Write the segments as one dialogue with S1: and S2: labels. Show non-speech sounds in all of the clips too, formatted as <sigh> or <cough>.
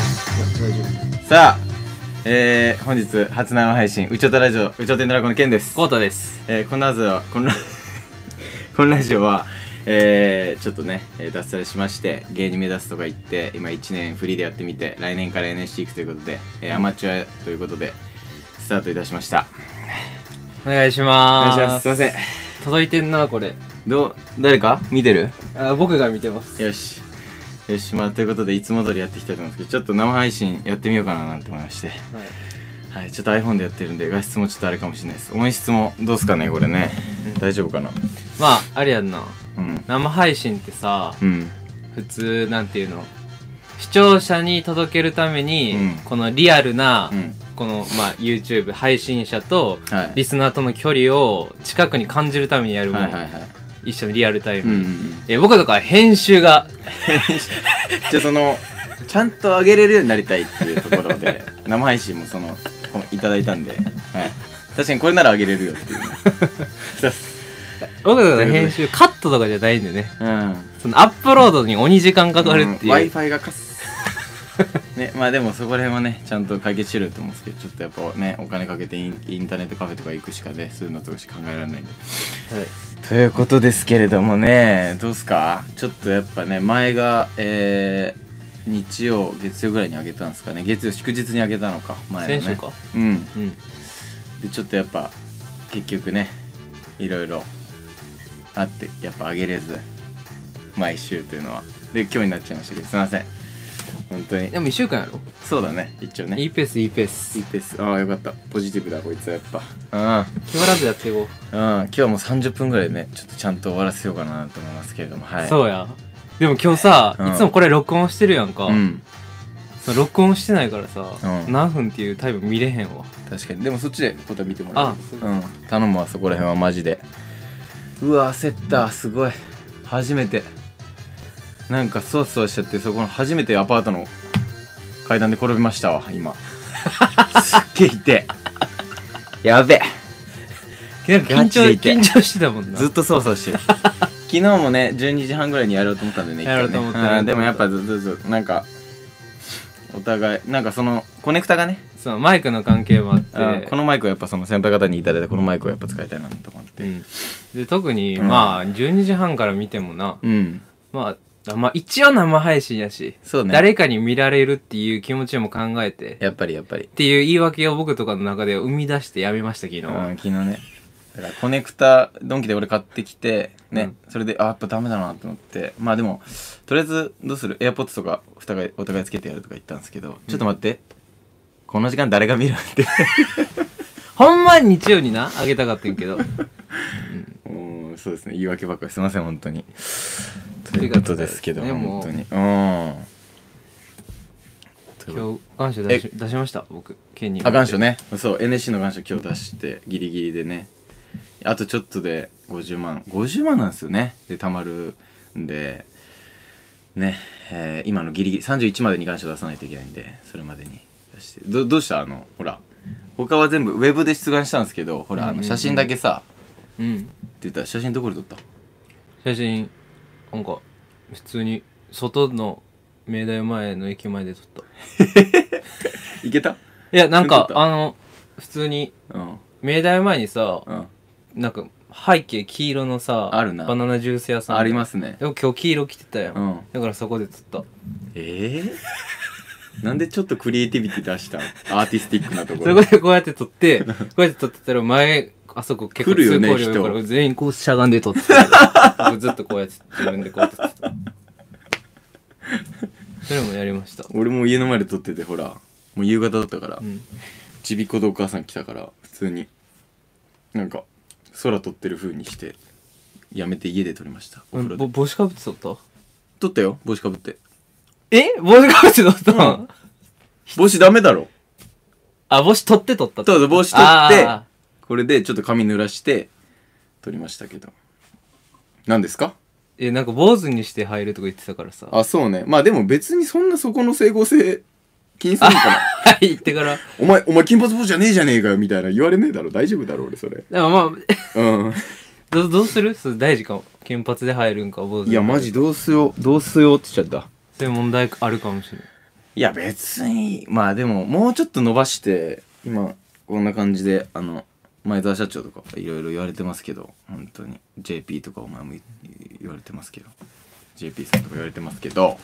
S1: 大丈夫
S2: さあ、えー、本日初生配信、うちょたラジオ、うちょてんドラゴンのケンです。
S3: コートです。
S2: えー、このラジオは、このラ <laughs> このラジオは、えー、ちょっとね、えー脱サラしまして、芸人目指すとか言って、今1年フリーでやってみて、来年から NSC 行くということで、えーアマチュアということで、スタートいたしました。
S3: お願いし
S2: お願
S3: ま
S2: い
S3: ーす。
S2: します。すいません。
S3: 届いてんな、これ。
S2: どう、誰か見てる
S3: あ僕が見てます。
S2: よし。よし、まあ、ということで、いつも通りやっていきたいと思うんですけど、ちょっと生配信やってみようかななんて思いまして。
S3: はい、
S2: はい、ちょっと iPhone でやってるんで、画質もちょっとあれかもしれないです。音質もどうすかね、これ
S3: <laughs>
S2: ね。大丈夫かな
S3: まあ、あれやんな。
S2: うん。
S3: 生配信ってさ、
S2: うん。
S3: 普通、なんていうの視聴者に届けるために、
S2: うん
S3: このリアルな、
S2: うん。
S3: この、まあ、YouTube 配信者と、
S2: はい。
S3: リスナーとの距離を近くに感じるためにやるもん、
S2: はいはいはい。
S3: 一緒にリアルタイ
S2: うん
S3: ム
S2: う
S3: に、
S2: ん <laughs> うん。
S3: え僕とかは編集が
S2: じゃあその、ちゃんと上げれるようになりたいっていうところ
S3: <laughs>
S2: で、生配信もその、このいただいたんで、はい。確かにこれなら上げれるよって
S3: <laughs>
S2: いうね。そうっす
S3: 僕とかの編集カットとかじゃないんでね
S2: うん。
S3: そのアップロードに鬼時間かかるっていう、
S2: w i f i がかすねまあでもそこら辺はねちゃんと解決してると思うんですけどちょっとやっぱねお金かけてインインターネットカフェとか行くしかねそういうのとしか考えられないんで
S3: はい
S2: ということですけれどもねどうすかちょっとやっぱね前がえー、日曜月曜ぐらいにあげたんですかね月曜祝日にあげたのか前のね
S3: 先週か
S2: うん
S3: うん
S2: でちょっとやっぱ結局ねいろいろあってやっぱあげれず毎週というのはで今日になっちゃいましたけどすいません本当に
S3: でも1週間やろ
S2: そうだね一応ね
S3: いいペースいいペース
S2: いいですああよかったポジティブだこいつはやっぱ
S3: 決まらずやっていこ
S2: うんうん今日はもう30分ぐらいねちょっとちゃんと終わらせようかなと思いますけれども
S3: う、
S2: はい
S3: そうやでも今日さ、
S2: うん
S3: いつもこれ録音してるやんか、
S2: うん
S3: その録音してないからさ、
S2: うん
S3: 何分っていうタイム見れへんわ
S2: 確かにでもそっちで答え見てもらう
S3: あそう
S2: うん頼むわそこら辺はマジでうわ焦ったすごい初めてなんかそわそわしちゃってそこの初めてアパートの階段で転びましたわ今 <laughs> すっげえ痛えやべえ
S3: なんか緊張
S2: ガチで痛い
S3: 緊張してたもんな
S2: ずっとそわそわしてる昨日もね12時半ぐらいにやろうと思ったんだよね一回ね
S3: やろうと思った
S2: ん
S3: やろうと思った
S2: でもやっぱずっとずっとなんかお互いなんかそのコネクタがね
S3: そのマイクの関係もあって
S2: あーこのマイクはやっぱその先輩方にいただいたこのマイクをやっぱ使いたいなと思っ
S3: う
S2: て
S3: ん、で特に、
S2: うん
S3: まあ12時半から見てもな、
S2: うん
S3: まあ、まあ一応生配信やし、
S2: そうね
S3: 誰かに見られるっていう気持ちも考えて
S2: やっぱりやっぱり
S3: っていう言い訳を僕とかの中で生み出してやめました昨日、
S2: うん昨日ねだからコネクタドンキで俺買ってきてね、それであやっぱダメだなと思ってまあでもとりあえずどうする AirPods とかお互いお互いつけてやるとか言ったんですけど、ちょっと待ってこの時間誰が見るって
S3: ほんまは日曜になあげたかったんけど
S2: うーんそうですね言い訳ばっかりすいません本当にということですけど
S3: という
S2: 本当
S3: こと
S2: に
S3: で
S2: うんということ
S3: 今日願書出し出しました僕県に
S2: あ願書ねそう NSC の願書今日出してギリギリでねあとちょっとで50万50万なんですよねで貯まるんでね、えー今のギリギリ31までに願書出さないといけないんでそれまでに出してどどうしたあのほら他は全部ウェブで出願したんですけどほらあ
S3: うんうん
S2: の
S3: うん
S2: 写真だけさ、
S3: うん
S2: って言ったら写真どこで撮った
S3: 写真なんか普通に外の明大前の駅前で撮った
S2: いけた
S3: いやなん
S2: 撮っ
S3: か
S2: た
S3: あの普通に
S2: うん
S3: 明大前にさ
S2: うん
S3: なんか背景黄色のさ
S2: あるな
S3: バナナジュース屋さん
S2: ありますすね
S3: でも今日黄色着てたやん、
S2: うん
S3: だからそこで撮った
S2: ええ <laughs> なんでちょっとクリエイティビティ出したアーティスティックなとこ
S3: そ
S2: ろ
S3: こでこうやって撮って、こうやって撮ってたら前、あそこ結構
S2: 来るよ
S3: 通
S2: ね
S3: 行量だから、全員こうしゃがんで撮って
S2: <laughs>
S3: た。ずっとこうやって自分でこうやって撮ってた。それもやりました。
S2: 俺も家の前で撮っててほらもう夕方だったから
S3: うん。
S2: ちびっ子とお母さん来たから普通になんか空撮ってる風にしてやめて家で撮りましたお風呂
S3: ぼ
S2: で
S3: 帽子かぶって撮った
S2: 撮ったよ帽子かぶって
S3: え帽子かぶって撮った、
S2: うん帽子ダメだろ
S3: あ、帽子取って撮った
S2: ただ帽子取って
S3: あ
S2: これでちょっと髪濡らして撮りましたけど何ですか
S3: ーえ、なんか坊主にして入るとか言ってたからさ。
S2: あそうねまあでも別にそんなそこの整合性気にするのかな
S3: はい、言ってから。
S2: お前、お前金髪坊主じゃねえじゃねえかよ、みたいな言われねえだろ、大丈夫だろ、俺それ。
S3: でもま
S2: うん。
S3: あ、 <laughs> どどうするそれ大事かも。金髪で入るんか、坊主。
S2: いや、マジ。どうすよう、どうすようって言っちゃった。
S3: そういう問題あるかもしれない。
S2: いや別にまあでももうちょっと伸ばして今こんな感じであの前澤社長とかいろいろ言われてますけど本当に JP とかお前もい言われてますけど JP さんとか言われてますけど、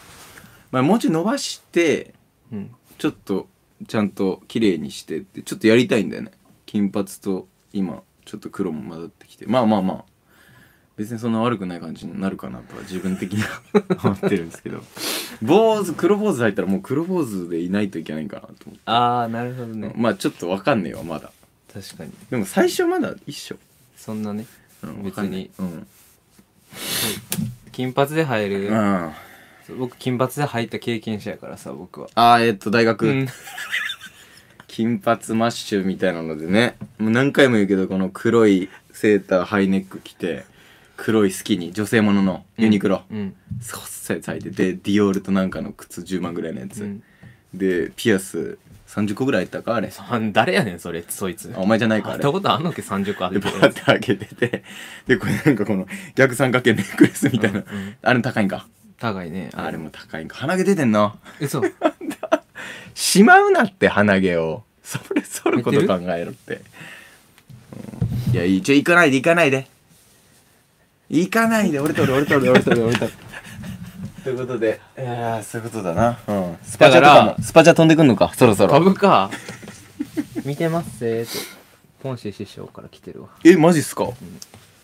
S2: まあ、もうちょい伸ばして
S3: うん
S2: ちょっとちゃんと綺麗にしてってちょっとやりたいんだよね金髪と今ちょっと黒も混ざってきてまあまあまあ別にそんな悪くない感じになるかなとは自分的に
S3: <laughs>
S2: は思ってるんですけど坊主黒坊主入ったらもう黒坊主でいないといけないかなと思って
S3: ああなるほどね
S2: まあちょっとわかんねえわまだ
S3: 確かに
S2: でも最初まだ一緒、
S3: そんなね
S2: うん、
S3: 別に
S2: わかんない
S3: 金髪で入
S2: う
S3: る
S2: ん、あ
S3: 僕金髪で入った経験者やからさ僕は
S2: あーえっと大学、
S3: うん
S2: 金髪マッシュみたいなのでねもう何回も言うけどこの黒いセーターハイネック着て黒いスキニー女性もののユニクロ、
S3: うん
S2: そっさり咲いてでディオールとなんかの靴10万ぐらいのやつ、
S3: うん
S2: でピアス30個ぐらい入ったかあれ
S3: そん誰やねんそれそいつ
S2: あお前じゃないか
S3: 会
S2: あ
S3: っ
S2: れ
S3: たことあんのっけ30個あ
S2: で
S3: る
S2: バ
S3: けど
S2: ーって開けててでこれなんかこの逆三角形ネックレスみたいな、
S3: うんうん
S2: あれも高いんか
S3: 高いね
S2: あれも高いんか鼻毛出てんな
S3: 嘘
S2: しまうなって鼻毛をそれそること考えろってうんいや一応行かないで行かないで行かないで俺とる俺とる俺とる俺とる <laughs> ということでいやーそういうことだな、うん、スパチャとか
S3: だか
S2: もスパチャ飛んでくんのかそろそろ
S3: 株か <laughs> 見てますせーってポンシー師匠から来てるわ
S2: えマジっすか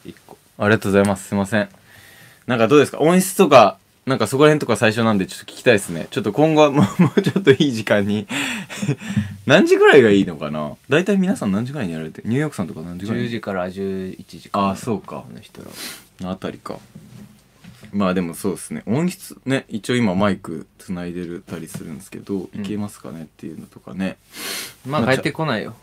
S3: 1個
S2: ありがとうございますすいませんなんかどうですか音質とかなんかそこら辺とか最初なんでちょっと聞きたいですねちょっと今後はもう <laughs> もうちょっといい時間に <laughs> 何時ぐらいがいいのかな大体皆さん何時ぐらいにやられてニューヨークさんとか何時ぐらいに
S3: 10時から11時か
S2: ああそうか
S3: あの人らは
S2: あたりかまあでもそうですね音質ね一応今マイクつないでるたりするんですけど、
S3: うん
S2: いけますかねっていうのとかね
S3: まあ帰ってこないよ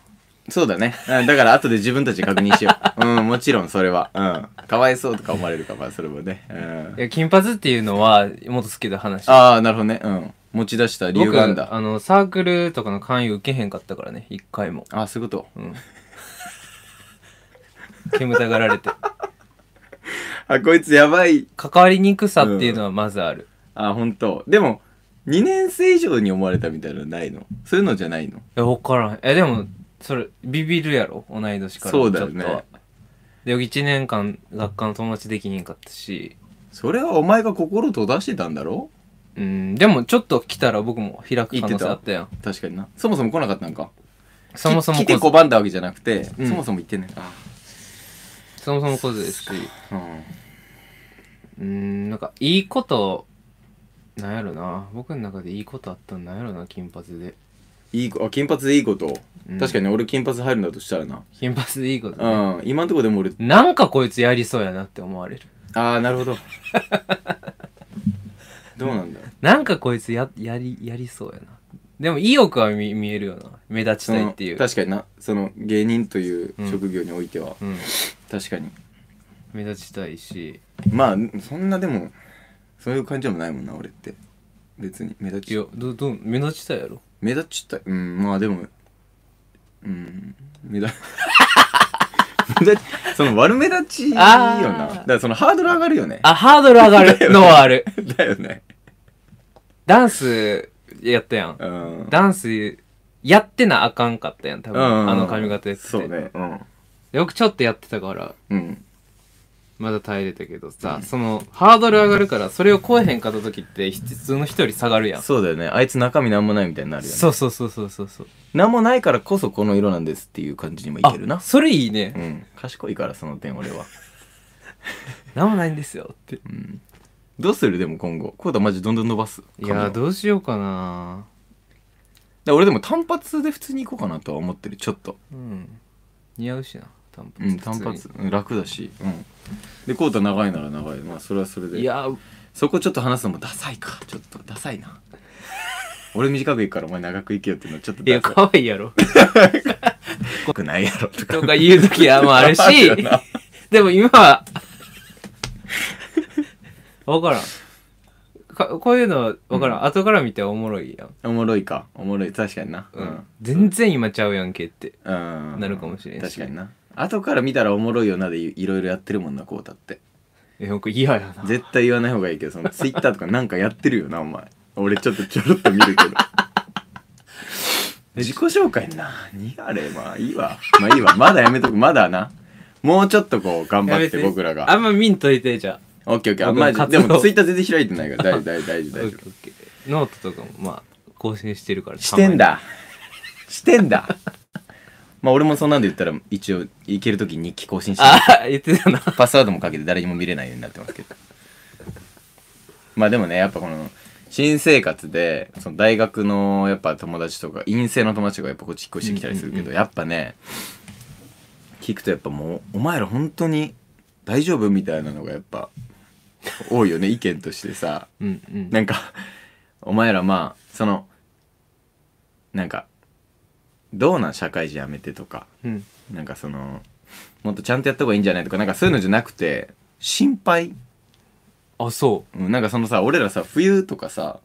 S2: そうだねうんだから後で自分たちで確認しよううんもちろんそれはうんかわいそうとか思われるかまあそれもね、うん
S3: い、や金髪っていうのはもっと好きな話
S2: ああなるほどねうん持ち出した理由があるん
S3: 僕
S2: だ
S3: あのサークルとかの勧誘受けへんかったからね一回も
S2: ああそういうこと
S3: うん煙たがられて
S2: あこいつやばい
S3: 関わりにくさっていうのはまずある、
S2: あ本当でも2年生以上に思われたみたいなのないのそういうのじゃないの
S3: いや分からんえでもそれビビるやろ同い年から
S2: そうだよね
S3: ちょっとはで1年間学科の友達できひんかったし
S2: それはお前が心閉ざしてたんだろ
S3: うんでもちょっと来たら僕も開く可能性あったやん
S2: 確かになそもそも来なかったんか
S3: そもそも
S2: き来て
S3: こ
S2: 拒んだわけじゃなくて、
S3: うん
S2: そもそも行ってねあ
S3: そもそもこずですし
S2: うん
S3: うんなんかいいことなんやろな僕の中でいいことあったんなんやろな金髪で、
S2: いいこあ金髪でいいこと、
S3: うん
S2: 確かに俺金髪入るんだとしたらな
S3: 金髪でいいこと、
S2: う
S3: ね、
S2: ん、今んとこでも俺
S3: なんかこいつやりそうやなって思われる
S2: ああなるほ
S3: <laughs>
S2: どどうなんだ
S3: なんかこいつややりやりそうやなでも意欲は見見えるよな目立ち
S2: そ
S3: た
S2: の
S3: いっていう
S2: 確かになその芸人という職業においては、
S3: うん、
S2: 確かに
S3: 目立ちたいし
S2: まあそんなでもそういう感じでもないもんな俺って別に目立
S3: い
S2: ち
S3: やどどう目立ちたいやろ
S2: 目立ちたいうんまあでもうん目立 <laughs> 目立ちその悪目立ちいいよな
S3: あー
S2: だからそのハードル上がるよね
S3: あハードル上がる <laughs> のはある
S2: だよね
S3: ダンスやったやん
S2: うん
S3: ダンスやってなあかんかったやん多分、
S2: うん
S3: あの髪型やってて
S2: そうねうん
S3: で僕ちょっとやってたから
S2: うん
S3: まだ耐えれたけどさ、そのハードル上がるからそれを超えへんかった時って普通の人より下がるやん
S2: そうだよねあいつ中身なんもないみたいになるよね
S3: そうそうそうそうそうそう
S2: なんもないからこそこの色なんですっていう感じにもいけるな
S3: あそれいいね、
S2: うん賢いからその点俺は
S3: なんもないんですよって
S2: うんどうするでも今後コーダマジどんどん伸ばす
S3: い
S2: 髪
S3: や
S2: を
S3: どうしようかな
S2: で俺でも単発で普通に行こうかなとは思ってるちょっと
S3: うん似合うしな短
S2: う
S3: 髪、
S2: ん単
S3: 普
S2: 発
S3: 通
S2: うん楽だしうんでコータ長いなら長いまあそれはそれ
S3: に
S2: で
S3: いや
S2: そこちょっと話すのもダサいかちょっとダサい
S3: <laughs>
S2: な俺短く行くからお前長く行けよっていうのはちょっと
S3: いや
S2: ダサい
S3: 可愛いやろ
S2: 濃くないやろとか
S3: とか言う時はもうあ <laughs> るし
S2: るよな
S3: でも今は <laughs> 分からんかこういうのは分からん、後から見ておもろいやん、
S2: おもろいかおもろい確かにな
S3: う
S2: うんん、
S3: 全然今ちゃうやんけって
S2: うん
S3: なるかもしれん
S2: 確
S3: し
S2: かにな後から見たらおもろいよなでいいろいろやってるもんなコータって
S3: え僕嫌やな
S2: 絶対言わない方がいいけどそのツイッターとかなんかやってるよなお前俺ちょっとちょろっと見るけ
S3: <laughs>
S2: ど自己紹介何あれまあいいわまあいいわまだやめとくまだなもうちょっとこう頑張って僕ら
S3: あ
S2: が
S3: んま見んといて、じゃあ。
S2: オッケーオッケーあん
S3: 僕の
S2: ま
S3: 活
S2: で
S3: 動
S2: もツイッター全然開いて
S3: <laughs>
S2: ないから大丈夫大丈夫大
S3: オ
S2: 丈夫
S3: ッケーオッケーノートとかも、まあ、更新してるから。
S2: してんだしてん
S3: <laughs>
S2: だまあ俺もそんなんで言ったら一応行ける時に日記更新して
S3: たまに。ああ、言ってたな。
S2: パスワードもかけて誰にも見れないようになってますけどまあでもねやっぱこの新生活でその大学のやっぱ友達とか陰性の友達とかやっぱこっち引っ越してきたりするけど、
S3: うんうん
S2: やっぱね聞くとやっぱもうお前ら本当に大丈夫みたいなのがやっぱ多いよね <laughs> 意見としてさ
S3: うんうん。
S2: なんか、お前らまあ、その、なんか、どうなん社会人やめてとか、
S3: うん。
S2: なんかその、もっとちゃんとやった方がいいんじゃないとか、なんかそういうのじゃなくて、心配
S3: あ、そ
S2: うん、なんかそのさ、俺らさ、冬とかさ、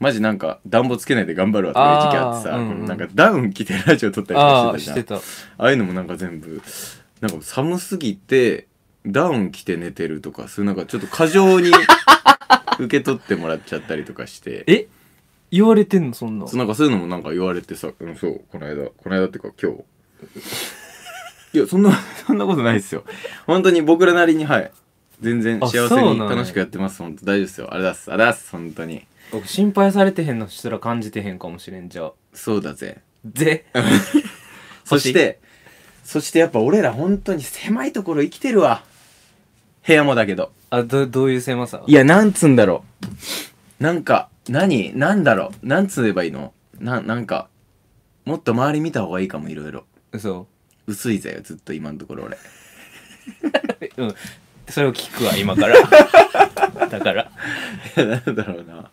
S2: マジなんか暖房つけないで頑張るわと
S3: あー
S2: かいう時期あってさ、
S3: うんうん
S2: なんかダウン着てラジオ撮ったり
S3: う。
S2: と
S3: あ
S2: か
S3: あ、
S2: し
S3: してて
S2: たじゃん。
S3: た。
S2: ああいうのもなんか全部、なんか寒すぎて、ダウン着て寝てるとか、そういうなんかちょっと過剰に受け取ってもらっちゃったりとかして。
S3: え言われてんの、そんな。
S2: そうなんかそういうのもなんか言われてさ、うん、そう、この間、この間っていうか今日。いや、そんな、 <laughs> そんなことないですよ。本当に僕らなりに、はい。全然
S3: あ
S2: 幸
S3: そう
S2: せ
S3: なん
S2: に
S3: や
S2: 楽しくやってます。本当大丈夫ですよ。あれだっす、あれだっす、本当に。
S3: 僕、心配されてへんのすら感じてへんかもしれん、じゃあ。
S2: そうだぜ。
S3: ぜ。
S2: そして、そしてやっぱ俺ら本当に狭いところ生きてるわ。部屋もだけど。
S3: あ、ど、どういう狭さ
S2: いや、なんつんだろう。なんか、何なんだろう。なんつえばいいのな、なんか、もっと周り見た方がいいかも、いろいろ。
S3: 嘘。
S2: 薄いぜよ、ずっと今のところ俺。
S3: えうん。それを聞くわ、今から。 <laughs> だから。
S2: なんだろうな。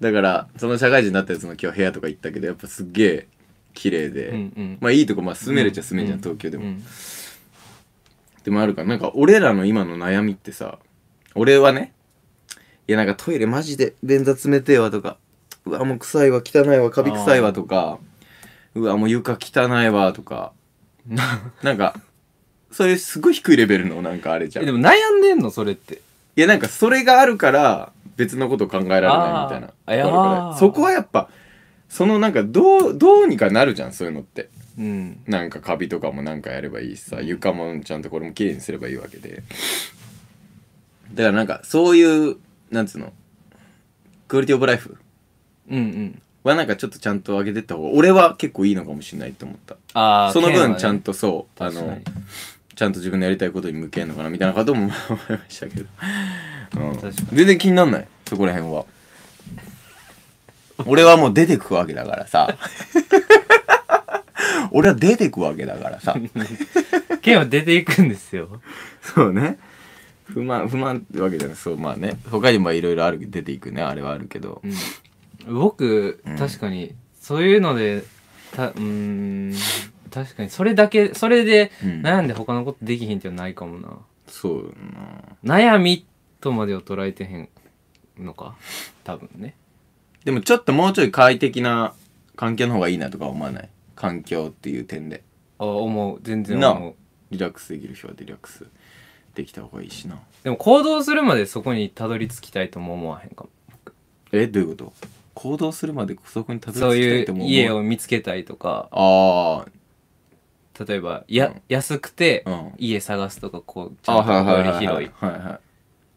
S2: だから、その社会人になったやつの今日部屋とか行ったけど、やっぱすっげえ綺麗で、
S3: うんうん。
S2: まあいいとこ、まあ住めるっちゃ住めるじゃん、
S3: う
S2: 東京でも。
S3: うん
S2: でもあるから、なんか俺らの今の悩みってさ、俺はね、いやなんかトイレマジで便座冷てえわとか、うわもう臭いわ、汚いわ、カビ臭いわとか、うわもう床汚いわとか、なんか、そういうすごい低いレベルのなんかあれじゃん。
S3: えでも悩んでんのそれって
S2: いやなんかそれがあるから別のこと考えられないみたいな
S3: あー
S2: とこあるから
S3: あー
S2: そこはやっぱそのなんかどうどうにかなるじゃんそういうのって
S3: うん
S2: なんかカビとかもなんかやればいいしさ床もちゃんとこれも綺麗にすればいいわけでだからなんかそういうなんつうのクオリティオブライフ
S3: うんうん
S2: はなんかちょっとちゃんと上げてった方が俺は結構いいのかもしれないと思った
S3: ああ
S2: その分ちゃんとそう、あ
S3: あ
S2: の
S3: の
S2: ちゃんと自分のやりたいことに向けんのかなみたいなことも思いましたけど、うん
S3: 確かに
S2: 全然気になんないそこら辺は俺はもう出てくわけだから <laughs> さ俺は出てくわけだからさ
S3: 剣は出ていくんで
S2: <laughs>
S3: すよ
S2: そうね不満不満ってわけじゃないそうまあね他にもいろいろあるけど出ていくねあれはあるけど
S3: 僕
S2: うん
S3: 確かにそういうのでたうーん確かにそれだけそれで
S2: うん
S3: 悩んで他のことできひんっていうのはないかもな
S2: そうよな
S3: 悩みとまでを捉えてへんのか多分ね
S2: でもちょっともうちょい快適な環境の方がいいなとか思わない環境っていう点で
S3: あ思う全然
S2: な
S3: 思う
S2: リラックスできる人はリラックスできた方がいいしな
S3: でも行動するまでそこにたどり着きたいとも思わへんかも
S2: えどういうこと行動するまでそこにたどり着きた
S3: そう
S2: い
S3: い
S2: って
S3: う
S2: もう
S3: 家を見つけたりとか
S2: あ
S3: 例えば
S2: う
S3: や、
S2: ん
S3: 安くて
S2: あうん
S3: 家探すとかこうち
S2: あ
S3: ゃん
S2: はいはいはい
S3: と
S2: は
S3: 広
S2: い
S3: い
S2: はいはい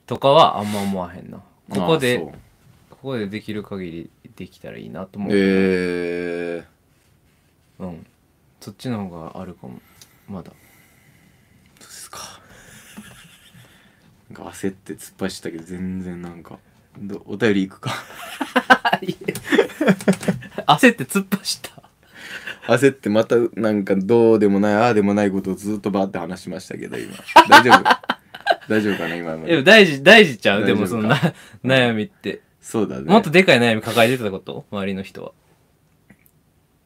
S3: とかはあんま思わへんなここ
S2: あ
S3: で
S2: そう
S3: ここでできる限りできたらいいなと思う、
S2: え
S3: うんそっちの方があるかもま
S2: ー、
S3: だ <laughs>
S2: どうですかなんか焦って突っ走ったけど全然なんかどお便りいくか
S3: 焦って突っ走っ
S2: <laughs>
S3: た
S2: 焦ってまたなんかどうでもないああでもないことをずっとバーって話しましたけど今大丈夫大丈夫かな今ま
S3: え
S2: で
S3: 大事大事ちゃうでも
S2: 大丈
S3: そ
S2: 夫
S3: ん
S2: か
S3: な悩みって
S2: そうだね
S3: もっとでかい悩み抱えてたこと周りの人は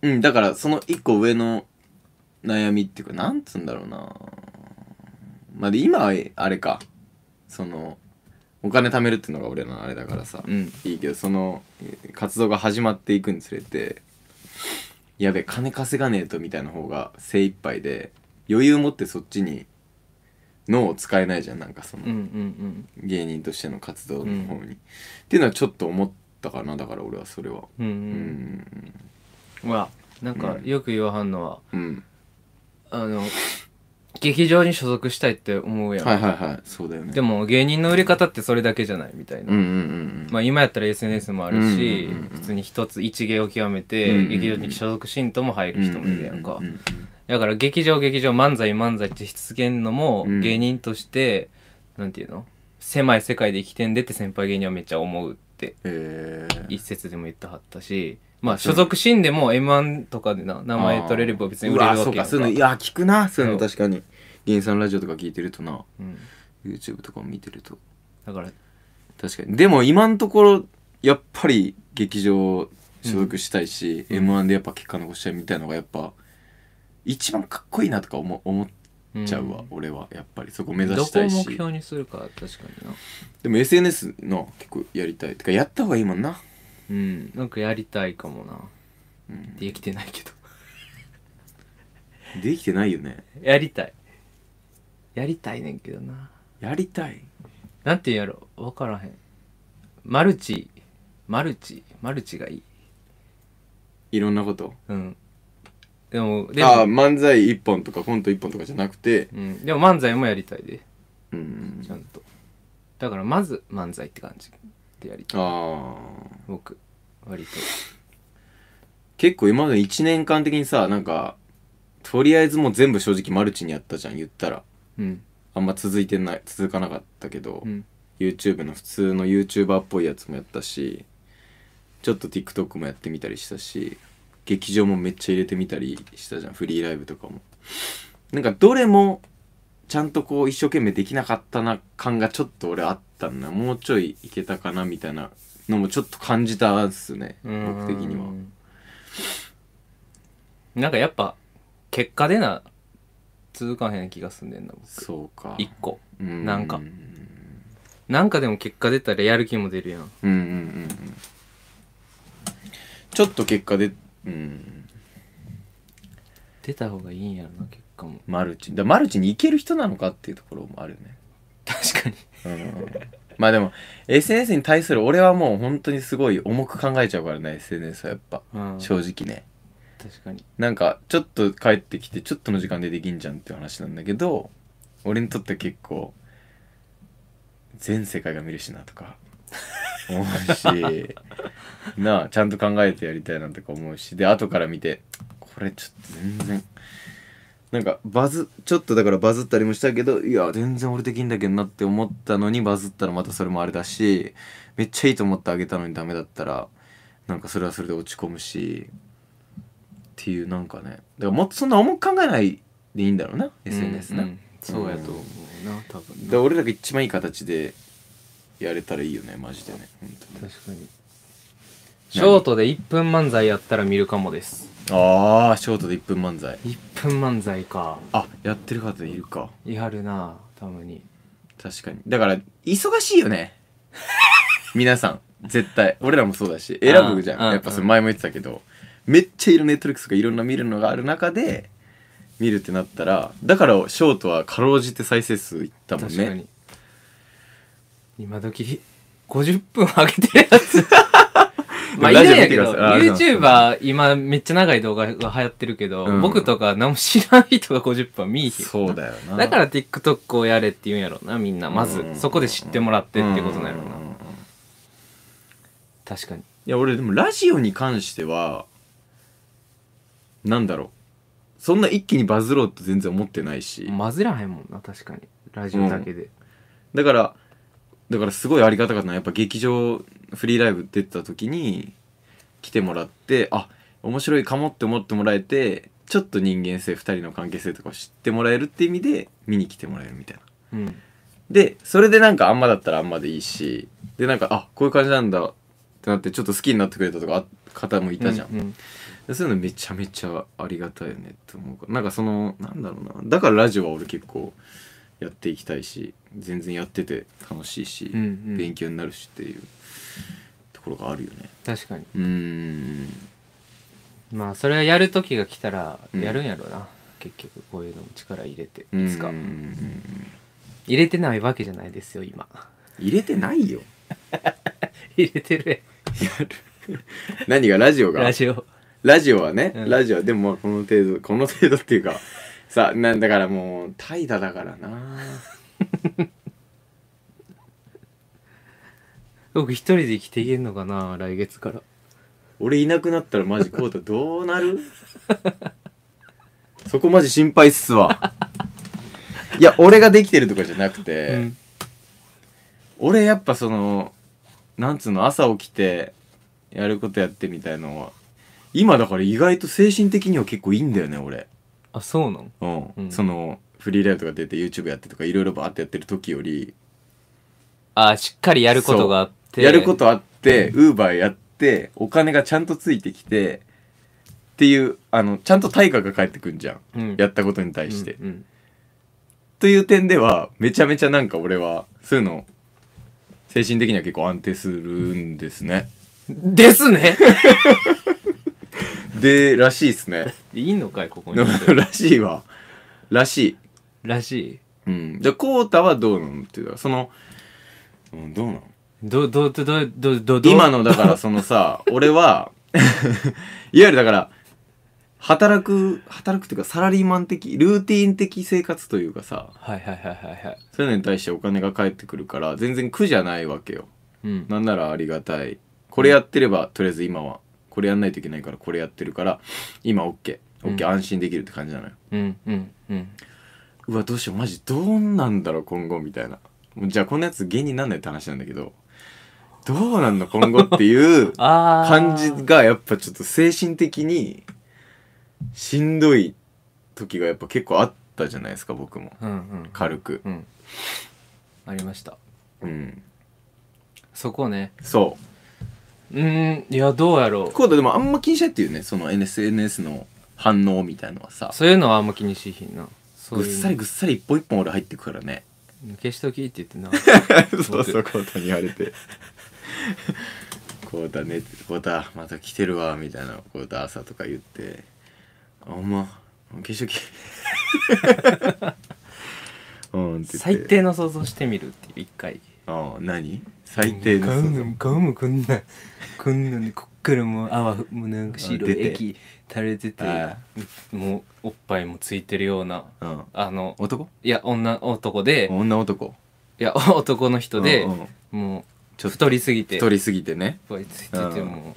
S2: うん、だからその一個上の悩みっていうか、なんつうんだろうな。まあ、で、今は、あれか。その、お金貯めるっていうのが俺のあれだからさ。
S3: うん
S2: いいけど、その、えー活動が始まっていくにつれて、やべえ、金稼がねえとみたいな方が精一杯で、余裕持ってそっちに脳を使えないじゃん。なんかその
S3: うんう、んうん
S2: 芸人としての活動の方に。っていうのはちょっと思っったかなだから俺はそれは
S3: うんう
S2: うんん
S3: うわなんか
S2: うん
S3: よく言わはんのは、
S2: うん
S3: あの劇場に所属したいって思うやん、
S2: はいはいはいそうだよね
S3: でも芸人の売り方ってそれだけじゃないみたいな、
S2: うんうんうんうん
S3: まあ今やったら SNS もあるし、
S2: うんうんうんうん
S3: 普通に一つ一芸を極めて、
S2: うんうんうん
S3: 劇場に所属しんとも入る人もいるやんか、
S2: うんうんうん
S3: だから劇場劇場漫才漫才ってし続けんのも、
S2: うん
S3: 芸人としてなんていうの狭い世界で生きてんでって先輩芸人はめっちゃ思うって
S2: えー
S3: 一節でも言ってはったしまあ所属しんでも m 1とかでな名前取れれば別に売れるわけやん
S2: うそうかそういうのいや聞くなそういうの確かに芸人さんラジオとか聞いてるとな
S3: うん
S2: YouTube とかも見てると
S3: だから
S2: 確かにでも今のところやっぱり劇場所属したいし、
S3: うん
S2: m 1でやっぱ結果残したいみたいのがやっぱ一番かっこいいなとか思思っちゃうわ、
S3: ん
S2: 俺はやっぱりそこ目指
S3: ど
S2: し
S3: こ
S2: た
S3: を
S2: い
S3: 目
S2: し
S3: 標にするか確かにな
S2: でも SNS の結構やりたいてかやった方がいいもんな、
S3: うんなんかやりたいかもな
S2: うん
S3: できてないけど <laughs>
S2: できてないよね
S3: やりたいやりたいねんけどな
S2: やりたい
S3: なんて言うんやろ分からへんマルチマルチマルチがいい
S2: いろんなこと
S3: うんでもで
S2: ああ
S3: も、
S2: 漫才一本とかコント一本とかじゃなくて
S3: うん、でも漫才もやりたいで
S2: うん
S3: ちゃんとだからまず漫才って感じでやりたい
S2: ああ
S3: 僕割と
S2: 結構今まで1年間的にさなんかとりあえずもう全部正直マルチにやったじゃん言ったら
S3: うん
S2: あんま続いてない続かなかったけど、
S3: うん
S2: YouTube の普通の YouTuber っぽいやつもやったしちょっと TikTok もやってみたりしたし劇場もめっちゃ入れてみたりしたじゃんフリーライブとかもなんかどれもちゃんとこう一生懸命できなかったな感がちょっと俺あったんだもうちょいいけたかなみたいなのもちょっと感じたんすね僕的には
S3: うんなんかやっぱ結果でな続かへん気がすんねんな僕
S2: そうか
S3: 一個な
S2: なん
S3: かなんかでも結果出たらやる気も出るやん
S2: うんうんうんうんちょっと結果でうん
S3: 出た方がいいんやろな結果も
S2: マルチだマルチに行ける人なのかっていうところもあるよね
S3: 確か <laughs> に
S2: うんうんうんまあでも SNS に対する俺はもう本当にすごい重く考えちゃうからね SNS はやっぱ
S3: うん
S2: 正直ね
S3: 確かに
S2: なんかちょっと帰ってきてちょっとの時間でできんじゃんっていう話なんだけど俺にとっては結構全世界が見るしなとか思うし <laughs> なあちゃんと考えてやりたいなとか思うしで後から見てこれちょっと全然なんかバズちょっとだからバズったりもしたけどいや全然俺できんだけどなって思ったのにバズったらまたそれもあれだしめっちゃいいと思ってあげたのにダメだったらなんかそれはそれで落ち込むしっていうなんかねだからもっとそんな重く考えないでいいんだろうな SNS な、
S3: うんうんそうやと思うな多分
S2: で
S3: な
S2: 俺らが一番いい形でやれたらいいよねマジでね本当に
S3: 確かにショートで1分漫才やったら見るかもです
S2: ああショートで1分漫才
S3: 1分漫才か
S2: あやってる方いるか
S3: やるなたまに
S2: 確かにだから忙しいよ
S3: <laughs>
S2: ね皆さん絶対俺らもそうだし選ぶじゃ
S3: うん
S2: んやっぱそれ前も言ってたけどめっちゃいろネットリックスがいろんな見るのがある中で見るってなったらだからショートはかろうじて再生数いったもん
S3: 確か
S2: ね
S3: に今時50分上げてる
S2: <laughs>
S3: やつまあい
S2: ラジオ
S3: ない
S2: 見
S3: や
S2: て
S3: け
S2: くだ
S3: ど
S2: さいあそう
S3: YouTuber 今めっちゃ長い動画が流行ってるけど、
S2: うん
S3: 僕とか何も知らん人が50分は見いひん
S2: そうだよな
S3: だから TikTok をやれって言うんやろなみんなま
S2: う
S3: ず
S2: ん
S3: そこで知ってもらってってことなんやろ
S2: うんうんうん
S3: な
S2: うん
S3: 確かに
S2: いや俺でもラジオに関してはなんだろうそんな一気にバズろうと全然思ってないし、
S3: 混ぜらへんもんな確かにラジオだけで、
S2: だからだからすごいありがたかったのはやっぱ劇場フリーライブ出てた時に来てもらってあ面白いかもって思ってもらえてちょっと人間性2人の関係性とかを知ってもらえるって意味で見に来てもらえるみたいな。
S3: うん
S2: でそれでなんかあんまだったらあんまでいいしでなんかあこういう感じなんだってなってちょっと好きになってくれたとかあ方もいたじゃん
S3: う、ん
S2: でそういうのめちゃめちゃありがたいよねって思うからなんかそのなんだろうなだからラジオは俺結構やっていきたいし全然やってて楽しいし、
S3: うんうん
S2: 勉強になるしっていうところがあるよね
S3: 確かに
S2: うーん
S3: まあそれはやる時が来たら
S2: うん
S3: やるんやろな、結局こういうのも力入れて
S2: うん
S3: いつか、
S2: うんうんうん
S3: 入れてないわけじゃないですよ今
S2: 入れてないよ
S3: <laughs> 入れてる
S2: 何がラジオが
S3: ラジオ。
S2: ラジオはね、
S3: うん
S2: ラジオでもまあこの程度この程度っていうかさあなんだからもう怠惰だからな
S3: 僕一人で生きていけんのかな来月から。
S2: 俺いなくなったらマジコウタどうなる <laughs> そこマジ心配っすわいや俺ができてるとかじゃなくて、
S3: うん
S2: 俺やっぱそのなんつうの朝起きてやることやってみたいのは今だから意外と精神的には結構いいんだよね俺
S3: あ、そうなん
S2: うん、
S3: うん
S2: そのフリーライブとか出て YouTube やってとかいろいろバーってやってる時より
S3: あ、しっかりやることがあって。
S2: やることあって、ウーバーやって、お金がちゃんとついてきて、っていう、あの、ちゃんと対価が返ってくんじゃん。
S3: うん、
S2: や
S3: っ
S2: ったことに対して。
S3: うんうん
S2: という点では、めちゃめちゃなんか俺は、そういうの、精神的には結構安定するんですね。
S3: ですね
S2: で、らしいっすね。
S3: いいのかい、ここに。
S2: <laughs> らしいわ。らしい。
S3: らしい。
S2: うん。じゃあ、こうたはどうなのっていうか、その、うん、どうなの
S3: ど、ど、ど、ど、ど、ど、ど
S2: 今のだからその
S3: <laughs>
S2: さ俺はいわゆるだから働く働くっていうかサラリーマン的ルーティン的生活というかさ
S3: はいはいはいはいはい。
S2: そういうのに対してお金が返ってくるから全然苦じゃないわけよ
S3: うん。
S2: なんならありがたいこれやってればとりあえず今はこれやんないといけないからこれやってるから今 OKOK、
S3: うん
S2: 安心できるって感じなのよ
S3: うん、うん、うん。
S2: うわどうしようマジどうなんだろう今後みたいなもうじゃあこんなやつ芸人なんないって話なんだけどどうなんの今後っていう
S3: ああ。
S2: 感じがやっぱちょっと精神的にしんどい時がやっぱ結構あったじゃないですか僕も
S3: うん、うん。
S2: 軽く
S3: うん。ありました。
S2: うん
S3: そこね。
S2: そう
S3: ーん、いや、どうやろ
S2: うだでもあんま気にしないっていうねその SNS の反応みたいのはさ
S3: う。そういうのはあんま気にしいひんな。そう
S2: ぐっ
S3: いうの
S2: さりぐっさり一本一本俺入ってくからね
S3: 消しときって言ってな。
S2: <laughs> そうそうコウタに言われ <laughs> てコウタねコウタまた来てるわみたいなコウタ朝とか言ってあんま化粧き <laughs> うんって言って
S3: 最低の想像してみるっていう、一回。
S2: ああ何最低の
S3: ガ
S2: 想像
S3: ムガムこんなんこんなんでこっからもう泡もうなんか白
S2: あ出
S3: い
S2: て
S3: 液垂れてて
S2: あ
S3: もうおっぱいもついてるような
S2: うん
S3: あの
S2: 男
S3: いや女男で
S2: 女男
S3: いや <laughs> 男の人で、
S2: うんうん
S3: も
S2: ちょ
S3: う
S2: っと
S3: 太りすぎて
S2: 太りすぎてね
S3: いっぱいついてて
S2: うん
S3: も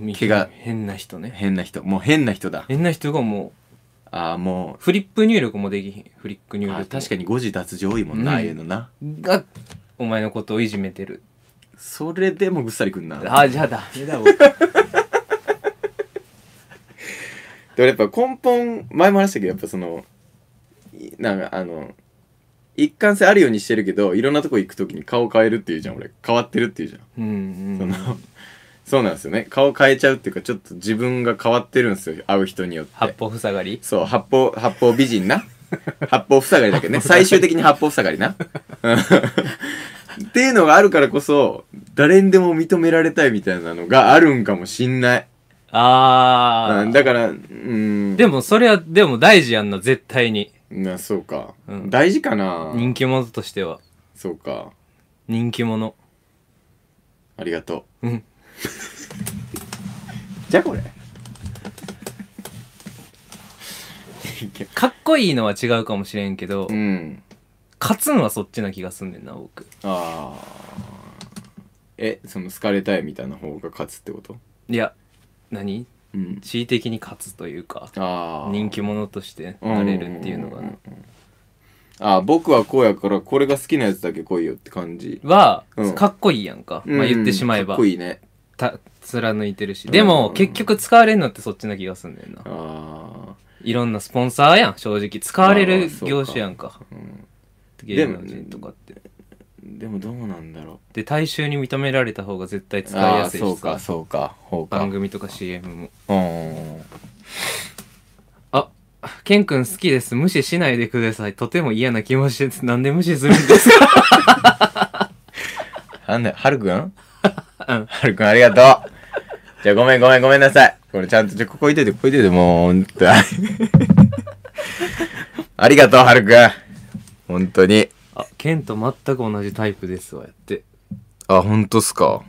S3: う
S2: 毛が
S3: 変な人ね
S2: 変な人もう変な人だ
S3: 変な人がも
S2: ああ
S3: う
S2: も
S3: フリップ入力もできひんフリック
S2: う
S3: 入
S2: あ
S3: 力
S2: あ確か
S3: に
S2: に誤字脱字多いもんな、
S3: うん
S2: ああいうのな
S3: がお前のことをいじめてる
S2: それでもぐっさりくんな
S3: ああじゃあダメだ
S2: で俺やっぱ根本前も話したけどやっぱそのいなんかあの一貫性あるようにしてるけどいろんなとこ行くときに顔変えるっていうじゃん俺変わってるっていうじゃん
S3: うんうん
S2: そのそうなんですよね顔変えちゃうっていうかちょっと自分が変わってるんですよ会う人によって
S3: 八方塞がり
S2: そう、八方、八方美人な。八方塞がりだけどね。最終的に八方塞がりな。うんっていうのがあるからこそ、誰にでも認められたいみたいなのがあるんかもしんない。
S3: ああ、
S2: うんだから、うん。
S3: でもそれはでも大事やんな絶対に
S2: な、そうか。
S3: うん
S2: 大事かな
S3: 人気者としては
S2: そうか。
S3: 人気者
S2: ありがと
S3: うん
S2: う。じゃあこれ。
S3: かっこいいのは違うかもしれんけど、
S2: うん。
S3: 勝つのはそっちな気がすんねんな僕
S2: ああ。え、その好かれたいみたいな方が勝つってこと
S3: いや何
S2: うん。
S3: 恣意的に勝つというか
S2: ああ。
S3: 人気者としてなれるっていうのがな
S2: あ僕はこうやからこれが好きなやつだけ来いよって感じ、
S3: は、
S2: うん
S3: かっこいいやんか、まあ、言ってしまえ
S2: うんかっ
S3: ば
S2: こいいね
S3: た貫いてるし
S2: うん
S3: でも結局使われるのってそっちな気がすんねんな
S2: あ
S3: いろんなスポンサーやん正直使われ
S2: あー
S3: る
S2: そうか
S3: 業種やんか
S2: ー、うん、
S3: 芸能人とかって
S2: でもどうなんだろ
S3: で大衆に認められた方が絶対
S2: う
S3: 使いやすいし
S2: あーそ
S3: さ
S2: うかそうかほうか
S3: 番組とか CM も
S2: うん
S3: あケン君好きです無視しないでくださいとても嫌な気持ちですなんで無視するんですか
S2: なんだよはるくん
S3: うん
S2: はるくんありがとうじゃあごめんごめんごめんなさいこれちゃんとじゃあここ置いといてここ置いといてもうほんと <laughs> ありがとうはるくん本当に
S3: あケンと全く同じタイプですわやって
S2: あ、本当っすか。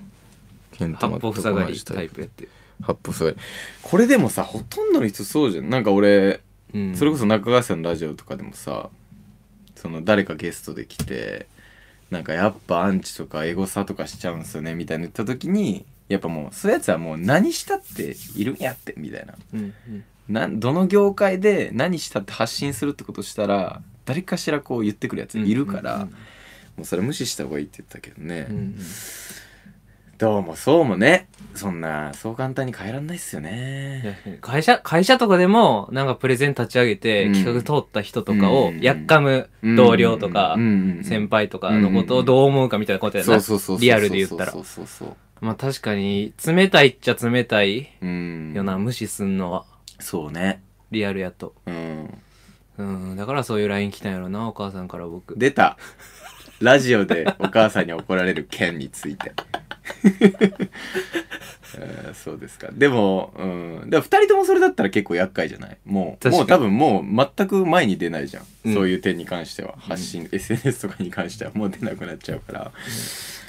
S2: 健
S3: 八
S2: 玉
S3: 方
S2: と
S3: 塞が
S2: 同
S3: り
S2: じ
S3: タ
S2: タイ
S3: イ
S2: プ
S3: プやって。
S2: 八方塞がりこれでもさほとんどの人そうじゃんなんか俺、
S3: うん
S2: それこそ中川さんのラジオとかでもさその誰かゲストで来てなんかやっぱアンチとかエゴサとかしちゃうんすよねみたいな言った時にやっぱもうそういうやつはもう何したっているんやってみたいな
S3: うん
S2: なんどの業界で何したって発信するってことしたら誰かしらこう言ってくるやついるから、もうそれ無視した方がいいって言ったけどね、
S3: うんうんうん
S2: どうもそうもねそんなそう簡単に変えらんないっすよね
S3: 確かに会社、会社とかでも、なんかプレゼン立ち上げて、
S2: うん
S3: 企画通った人とかを
S2: う、ん
S3: やっかむ同僚とか
S2: うん、うんうん
S3: 先輩とかのことをどう思うかみたいなことやな。
S2: そうそうそうそう
S3: リアルで言ったら
S2: そうそうそう
S3: まあ確かに、冷たいっちゃ冷たい
S2: うん
S3: よな、無視すんのは、
S2: そうね
S3: リアルやと。
S2: うん
S3: うん、だからそういう LINE 来たんやろな、お母さんから僕。
S2: 出たラジオでお母さんに怒られる件について <laughs> うんそうですかでも、うん、でも2人ともそれだったら結構厄介じゃないもう
S3: 確かに
S2: もう多分もう全く前に出ないじゃん、
S3: うん
S2: そういう点に関しては発信、SNS <laughs> とかに関してはもう出なくなっちゃうから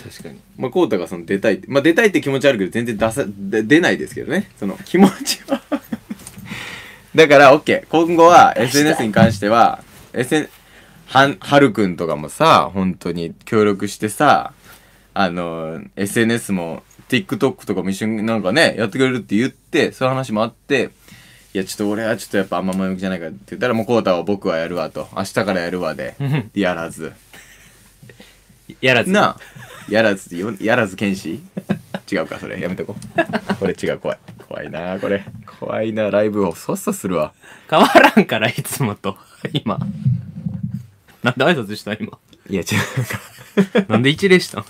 S3: 確かに。
S2: まあ、こうたがその出たいって、まあ、出たいって気持ちあるけど、全然出さ、で出ないですけどね。その気持ちは。 <laughs> だから、OK。今後は SNS に関しては、SN、はん、はるくんとかもさ、本当に協力してさ、あの、SNS も TikTok とかも一緒になんかね、やってくれるって言って、そういう話もあって、いや、ちょっと俺はちょっとやっぱあんま前向きじゃないからって言ったら、もうこうたは僕はやるわと。明日からやるわで、やらず。
S3: やらず。
S2: なあやらずよやらず剣士 <laughs> 違うかそれやめとこうこれ違う怖い怖いなあこれ怖いなライブをそっさするわ
S3: 変わらんから、いつもと。今。なんで挨拶した今。
S2: いや違う <laughs>
S3: なんで一礼したん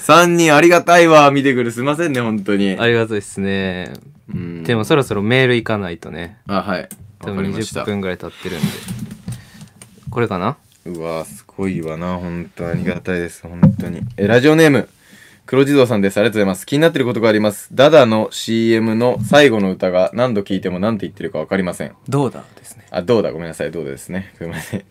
S2: 3人ありがたいわ見てくるすいませんね本当に
S3: ありがたいっすね。
S2: うん
S3: でもそろそろメール行かないとね。
S2: あはい
S3: 多
S2: わ
S3: 分
S2: かりまし
S3: 20
S2: た
S3: 分ぐらい経ってるんで。これかな
S2: うわすごいわな本当ありがたいです本当にえラジオネーム黒地蔵さんですありがとうございます気になってることがありますダダの CM の最後の歌が何度聞いても何て言ってるか分かりません
S3: どうだですね。
S2: あどうだごめんなさいどうだですねすいませ <laughs> ん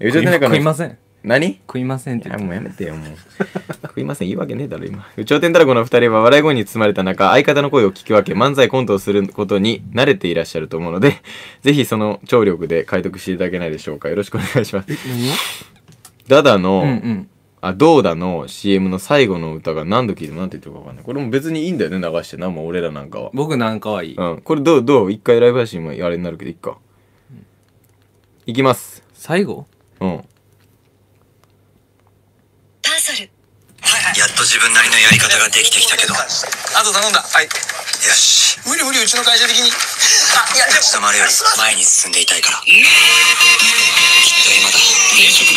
S2: えうち
S3: 食
S2: の
S3: い
S2: 中の
S3: 食いません。
S2: 何
S3: 食いませんっ
S2: い
S3: て言
S2: や
S3: って。
S2: もうやめてよもう <laughs> 食いません言い訳ねえだろ今宇宙天太郎の二人は笑い声に包まれた中相方の声を聞き分け漫才コントをすることに慣れていらっしゃると思うので <laughs> ぜひその聴力で解読していただけないでしょうかよろしくお願いします <laughs> ダダの、
S3: うんうん。
S2: あどうだの CM の最後の歌が何度聞いても何て言ってるか分かんないこれも別にいいんだよね流してなもう俺らなんかは
S3: 僕なんかはいい。
S2: うんこれどうどう一回ライブ配信もあれになるけどいっかいきます
S3: 最後
S2: うん
S1: パーソル
S4: やっと自分なりのやり方ができてきたけど。あと頼んだ。はい。よし。無理無理、うちの会社的に。あ、いや、立ち止まるより前に進んでいたいから。きっと今だ。転職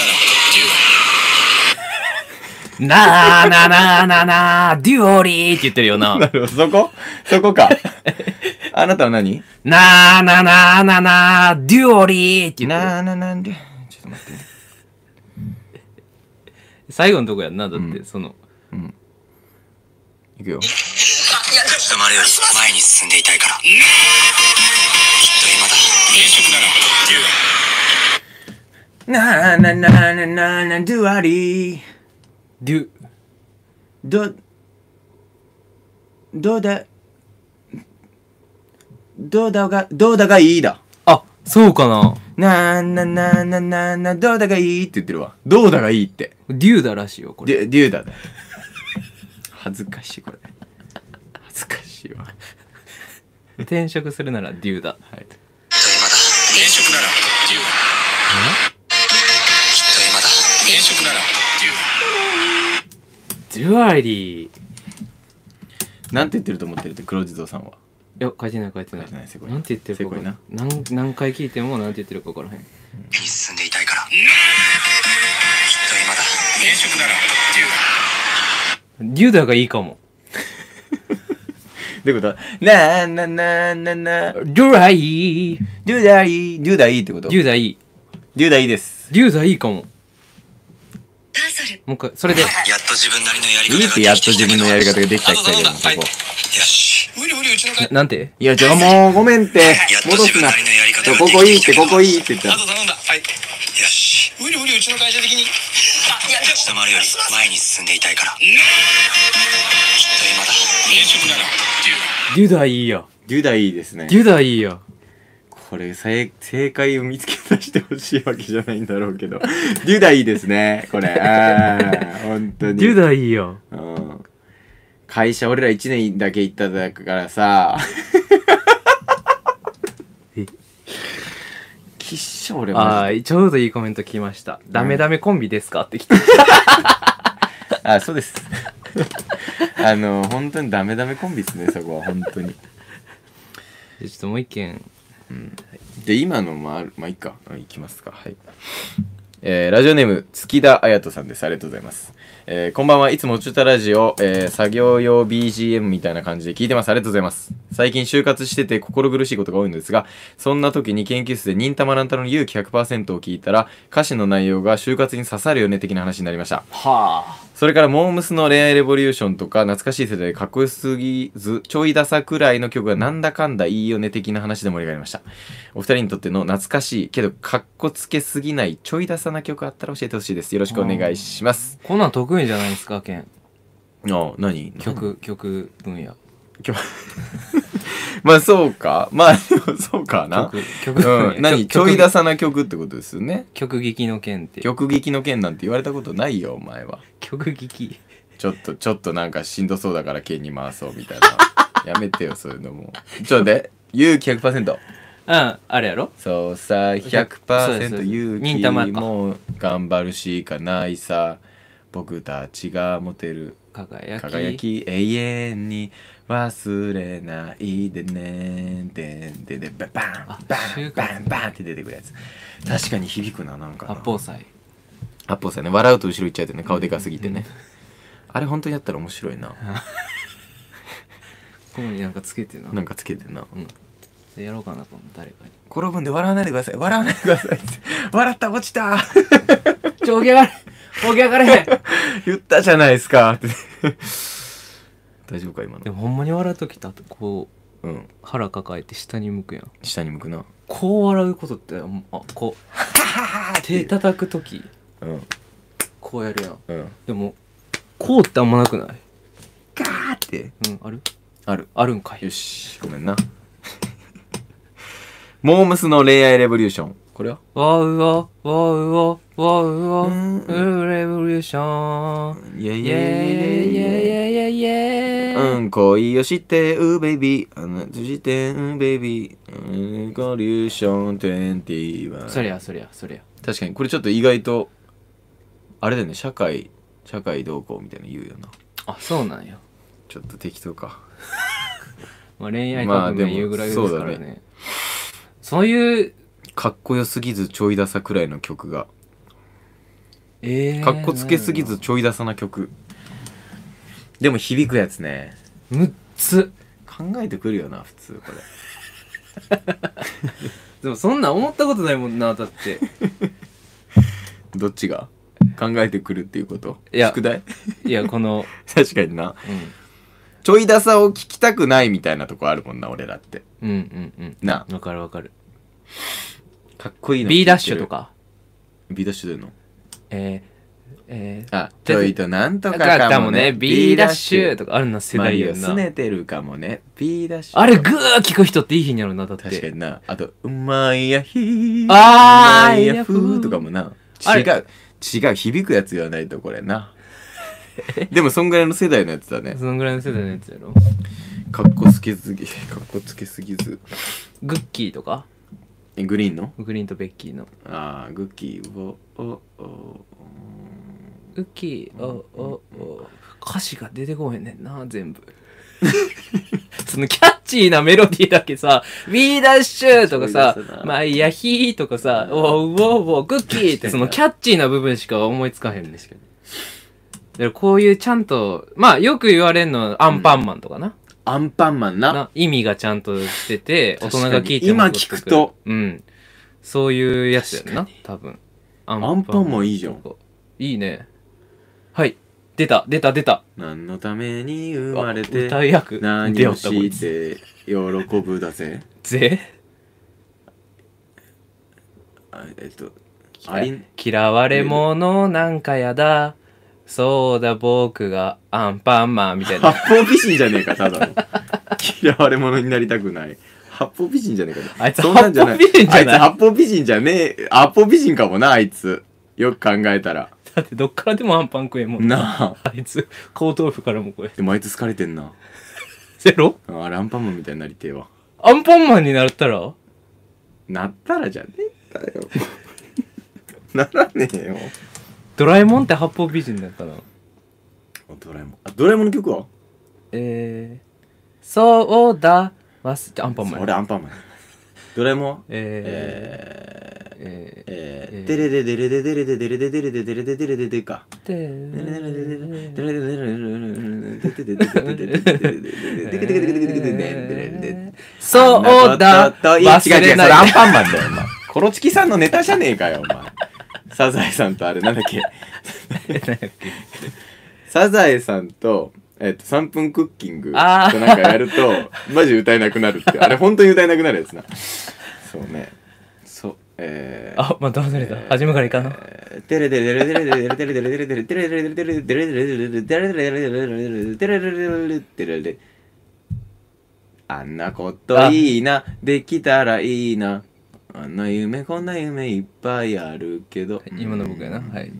S4: な
S3: なあ
S4: ら、
S3: なあなあなあなあ、デュオリーって言ってるよな。
S2: な
S3: な
S2: るほどそこそこかあなたは何
S3: あなあなあなあなあ、デュオリーって言って
S2: なーななんでちょっと待ってね
S3: る。最後のとこやんな、だって、その。
S2: いくよ
S4: いや、立ち止まるより前に進んでいたいから。きっと今だ。転職なら、
S2: なーなななななドゥアリー
S3: デュ、
S2: どどうだどうだがどうだがいいだ
S3: あ、そうかな。
S2: なーなななななどうだがいいって言ってるわどうだがいいって
S3: デューダらしいよ、こ
S2: デ
S3: れ。
S2: ュデューダだ恥ずかしいこれ恥ずかしいわ
S3: 転職するならデューダ。
S2: はい
S4: きっと今だ。転職なら、きっと今だ。転職なら、
S3: デュアリー。い
S2: なんて言ってると思ってるって黒地蔵さんは
S3: や、書いてない書いてない。
S2: 書いてないせこい
S3: なんて言ってるか分からんなん何回聞いてもなんて言ってるか分からへん。
S4: に進んでいたいから。きっと今だ。転職なら、
S3: デューダがいいかも。
S2: どういうことなーなななな
S3: デュライー。
S2: ドゥーダいいドゥーダいいってこと
S3: デューダいい。
S2: デューダいいです
S3: デューダいいかも。
S1: パーソル
S3: もう一回、それで。
S4: やっと自分なりのやり
S2: いいってやっと自分のやり方ができたきたけどそこ
S4: よし。無理無理、うちの会
S3: ななんて
S2: いやじゃあもうごめんって
S4: <laughs> やっと
S2: 戻
S4: 自
S2: す
S4: 分
S2: な
S4: なりのやり方が
S2: こ
S4: でき
S2: こいい
S4: て
S2: っ
S4: きた
S2: て
S4: け
S2: こ
S4: ど
S2: こいいって言った
S4: あと頼んだ。はい。よし。無理無理、うちの会社的に。あ、立ち止まるより前に進んでいたいから。きっと今だ。
S3: デュダいいや。
S2: デュダいいですね
S3: デュダいいや。
S2: これ正正解を見つけ出してほしいわけじゃないんだろうけどデュダいいですねこれあー本当に
S3: デュダいいや。
S2: うん会社俺ら1年だけ行っただからさ
S3: え
S2: <laughs> きっしょ俺
S3: あ
S2: は
S3: あ、ちょうどいいコメント来ました。ダメダメコンビですかって来て。
S2: あそうです <laughs> あの本当にダメダメコンビですねそこは本当に
S3: ちょっともう一件。
S2: で今のもあるまあいいかうんいきますかはいえーラジオネーム月田彩人さんですありがとうございます、えーこんばんはいつもおちゅたラジオ、えー作業用 BGM みたいな感じで聞いてますありがとうございます最近就活してて心苦しいことが多いのですがそんな時に研究室で忍たま乱太郎の勇気100%を聞いたら歌詞の内容が就活に刺さるよね的な話になりました
S3: はあ。
S2: それからモームスの恋愛レボリューションとか懐かしい世代でかっこよすぎずちょいダサくらいの曲がなんだかんだいいよね的な話で盛り上がりましたお二人にとっての懐かしいけどかっこつけすぎないちょいダサな曲あったら教えてほしいですよろしくお願いします
S3: こんなん得意じゃないですか、ケン。
S2: あ何
S3: 曲、曲分野。
S2: 曲 <laughs> まあそうかまあでもそうかな
S3: 曲、曲分
S2: う
S3: 野。
S2: ん、何ちょいダサな曲ってことですよね
S3: 曲劇の件って。
S2: 曲劇の件なんて言われたことないよお前は
S3: 曲劇。 <laughs>
S2: ちょっと、ちょっとなんかしんどそうだから剣に回そうみたいな。 <laughs> やめてよ、そういうのも。ちょっとで、勇気100%。
S3: うん、あれやろ
S2: そうさ、
S3: そうですそう
S2: 100%
S3: です
S2: 勇
S3: 忍たま
S2: 気
S3: か
S2: も頑張るしかないさ。僕たちが持てる
S3: 輝き。
S2: 輝き永遠に忘れないでねでんででババン
S3: あ
S2: バ
S3: 就
S2: ン
S3: 活
S2: バンバンって出てくるやつ確かに響くななんかな
S3: 八宝菜。
S2: 八宝菜ね笑うと後ろ行っちゃうとね顔でかすぎてね、あれ本当にやったら面白いな
S3: ここになんかつけてな。
S2: なんかつけてな、
S3: でやろうかなと思う、誰かに。
S2: 転ぶんで笑わないでください笑わないでください笑った落ち <laughs> た
S3: ちょ、起き上がれ起き上がれ <laughs> へん
S2: 言ったじゃないですかって大丈夫か今
S3: で
S2: の
S3: もほんまに笑う時ってあとこう
S2: うん
S3: 腹抱えて下に向くやん
S2: 下に向くな
S3: こう笑うことってあんまこう手叩く時
S2: うん
S3: こうやるやん
S2: うん
S3: でもこうってあんまなくない
S2: ガーって
S3: うんある
S2: ある
S3: あるんかい
S2: よしごめんなモームスの恋愛レボリューションこれは
S3: わうわわうわわうわ
S2: うん
S3: ウーレボリューション
S2: イェイ
S3: イェイイェイイェイイェイイェイ
S2: うん、恋をしてう、ベイビー。あの、してう、ベイビー。うん、コリューション21。
S3: そりゃそりゃそりゃ
S2: 確かにこれちょっと意外とあれだよね社会社会動向みたいなの言うよな
S3: あそうなんや
S2: ちょっと適当か
S3: まあ恋愛
S2: まあ
S3: 革
S2: で
S3: 命
S2: も
S3: 言うぐらいですから
S2: そうだ
S3: ねそういう
S2: かっこよすぎずちょいダサくらいの曲が
S3: えー
S2: かっこつけすぎずちょいダサな曲でも響くやつね
S3: 6つ
S2: 考えてくるよな普通これ
S3: でもそんなん思ったことないもんなだって
S2: どっちが考えてくるっていう <laughs> こと
S3: いや
S2: 宿題
S3: いやこの、
S2: 確かにな
S3: う
S2: ちょいダサを聞きたくないみたいなとこあるもんな俺らって
S3: ん、うんうん
S2: な
S3: うんわかるわかる
S2: かっこいいの
S3: B ダッシュとか
S2: B ダッシュ出るの
S3: えー、えー、
S2: あちょいとなんと
S3: だ
S2: か
S3: から
S2: か
S3: だ
S2: も
S3: も
S2: ね
S3: ね B ダッシュとかあるな世
S2: マ
S3: 代
S2: リ
S3: や
S2: オ
S3: ん
S2: す
S3: な
S2: ねてるかもね B ダッシュ
S3: あれグー聞く人っていい日にやるなだっ
S2: 確か
S3: て
S2: になあと「うまいやひーう
S3: あー
S2: まいや
S3: いや
S2: ふ
S3: ふ
S2: ー」
S3: ー
S2: とかもな
S3: あ
S2: 違
S3: れ
S2: う違う響くやつ言わないとこれ
S3: <laughs>
S2: なでもそんぐらいの世代のやつだね
S3: そのぐらいの世代のやつやろ
S2: かっこつけすぎかっこつけすぎず
S3: グッキーとか
S2: えグリーンの
S3: グリーンとベッキーの
S2: あーグッキーをおお
S3: グッキーおおお歌詞が出てこへんねんな全部 <laughs> そのキャッチーなメロディーだけさ「B ダッシュ」とかさ
S2: そうですな
S3: 「マイヤヒー」とかさ「ウォーウォーウォーグッキー」ってそのキャッチーな部分しか思いつかへんねんけどだからこういうちゃんとまあよく言われんのはアンパンマンとかな,、
S2: アンパンマンな
S3: な意味がちゃんとしてて大
S2: 確か
S3: 人
S2: に
S3: が聞いて
S2: 今
S3: も
S2: 聞くと
S3: うんそういうやつやんな
S2: 確
S3: 多分ア
S2: アンパンマンいいじゃん
S3: いいね。はい。出た、出た、出た。
S2: 何のために生まれ
S3: あ
S2: て
S3: 歌い役。
S2: 何
S3: 出よ
S2: を
S3: った
S2: し
S3: こいつ。
S2: て喜ぶだぜ
S3: ぜ
S2: あえっとあり
S3: 嫌われ者なんかやだそうだ僕がアンパンマンみたいな
S2: 八方美人じゃねえかただの嫌われ者になりたくない八方美人じゃねえか
S3: あいつ
S2: そんなんじゃない
S3: 八方美人じゃ
S2: あいつ
S3: ない
S2: 八方美人じゃねえ八方美人かもなあいつよく考えたら
S3: だってどっからでもアンパン食えんもん
S2: なあ
S3: あいつ後頭部からもこれ
S2: でもあいつ疲れてんな
S3: ゼロ
S2: あランパンマンみたいになりてえわ
S3: アンパンマンになったら
S2: なったらじゃねえんだよならねえよ
S3: ドラえもんって八方美人だったな
S2: あドラえもんあドラえもんの曲は
S3: えー、そうだ忘れアンパンマンや
S2: 俺アンパンマンドラえもんはえ
S3: えー、え
S2: ーえ
S3: えー
S2: ーデレデレデレデレデレデレデレデレデレデレデレか
S3: ー、でそうだ忘れない
S2: アンパンマンだよ、お前。コロチキさんのネタじゃねえかよ、お前。サザエさんとあれ、なんだっけ。サザエさんと、えっと、3分クッキングとな
S3: あ
S2: ん
S3: ー
S2: かやると、マジ歌えなくなるって。あれ、本当に歌えなくなるやつな。そうね。そう、えー。
S3: あまた忘れた初めからいかな
S2: テレテレテレテレテレテレテレテレテレテレテレテレテレテレテレテレテレテレテレテレテレあんなこといいなできたらいいなあんな夢こんな夢いっぱいあるけど
S3: 今の僕やなはい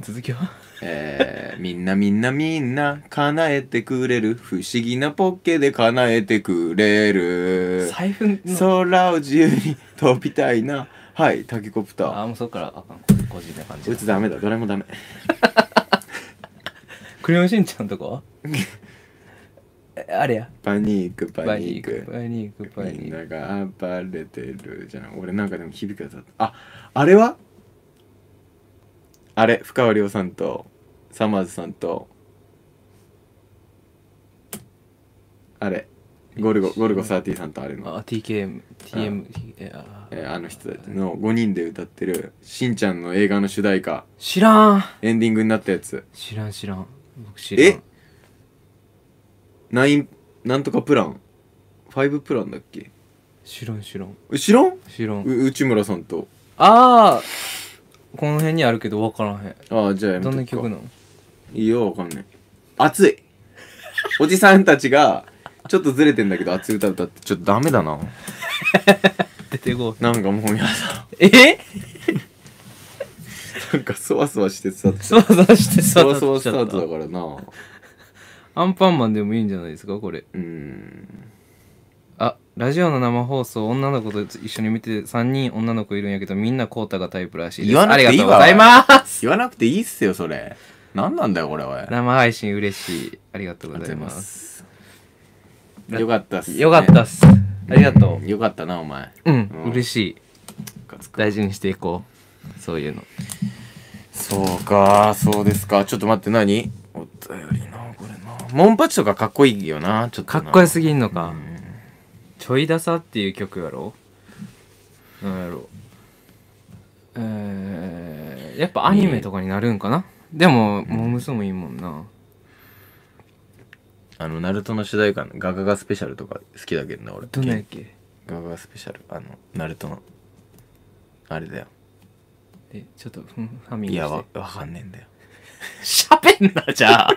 S3: 続きは
S2: えーみんなみんなみんな叶えてくれる不思議なポッケで叶えてくれる
S3: 財布の
S2: 空を自由に飛びたいなはいタケコプター
S3: あもうそっからあかん個人な感
S2: こ
S3: じ
S2: いつダメだどれもダメ
S3: クレヨンしんちゃんとかはえあれや
S2: パニックパ
S3: バ
S2: ニ
S3: ニ
S2: ッ
S3: ーク
S2: ク
S3: バニークバ
S2: み
S3: ニ
S2: ん
S3: ーク
S2: なが暴れてるじゃん俺なんかでも響くやつだったああれはあれ深川亮さんとサマーズさんとあれゴルゴゴルゴ30さんとあれの、
S3: あ TKM TM えあ
S2: えーあの人たちの5人で歌ってるしんちゃんの映画の主題歌
S3: 知らん
S2: エンディングになったやつ
S3: 知らん知らん僕知らん
S2: えナインなんとかプラン5プランだっけ
S3: 知らん知らん
S2: え知らん
S3: 知らん
S2: う内村さんと
S3: ああこの辺にあるけど分からんへ
S2: ああじゃあや
S3: ん
S2: め
S3: ど
S2: と
S3: ん
S2: くか
S3: な曲なの
S2: いいよ、わかんない。熱いおじさんたちが、ちょっとずれてんだけど、熱い歌歌って、ちょっとダメだな。
S3: 出てこ
S2: なんかもう皆さ
S3: いえ
S2: ん、なんかそわそわしてさ、
S3: そうそうして
S2: そ
S3: そう
S2: わそ
S3: そう
S2: わ
S3: し
S2: ス
S3: ち
S2: タ
S3: ゃ
S2: ー
S3: っ
S2: トだ
S3: た
S2: からな。
S3: アンパンマンでもいいんじゃないですかこれ
S2: うーん。
S3: あラジオの生放送女の子と一緒に見て3人女の子いるんやけどみんなコータがタイプらしいです
S2: 言わなくていいわ
S3: ありがとうございます
S2: 言わなくていいっすよ、それ。なんなんだよ、これは。ありが
S3: 生配信嬉しいありがとう
S2: と
S3: ご
S2: うご
S3: ざ
S2: ざ
S3: い
S2: いま
S3: ます
S2: す。よかったっす、
S3: よかったっすありがと
S2: うん。よかったな、お前。
S3: ううん
S2: うん
S3: 嬉しい
S2: ムカつく
S3: 大事にしていこうそういうの
S2: そうか、そうですか。ちょっと待って、何お便りな、これな。モンパチとかかっこいいよな、ちょっと
S3: か
S2: な。
S3: っこよすぎんのか、ちょいださっていう曲やろなんやろえー、やっぱアニメとかになるんかな、でも、モームスもいいもんな
S2: あの、ナルトの主題歌のガガガスペシャルとか好きだけどな、俺。
S3: どんなんやっけ
S2: ガガガスペシャル。あの、ナルトの。あれだよ。
S3: えちょっとふんファミ
S2: い
S3: リー
S2: や、
S3: し
S2: わ
S3: て、
S2: わかんねえんだよ。
S3: しゃべんなじゃあ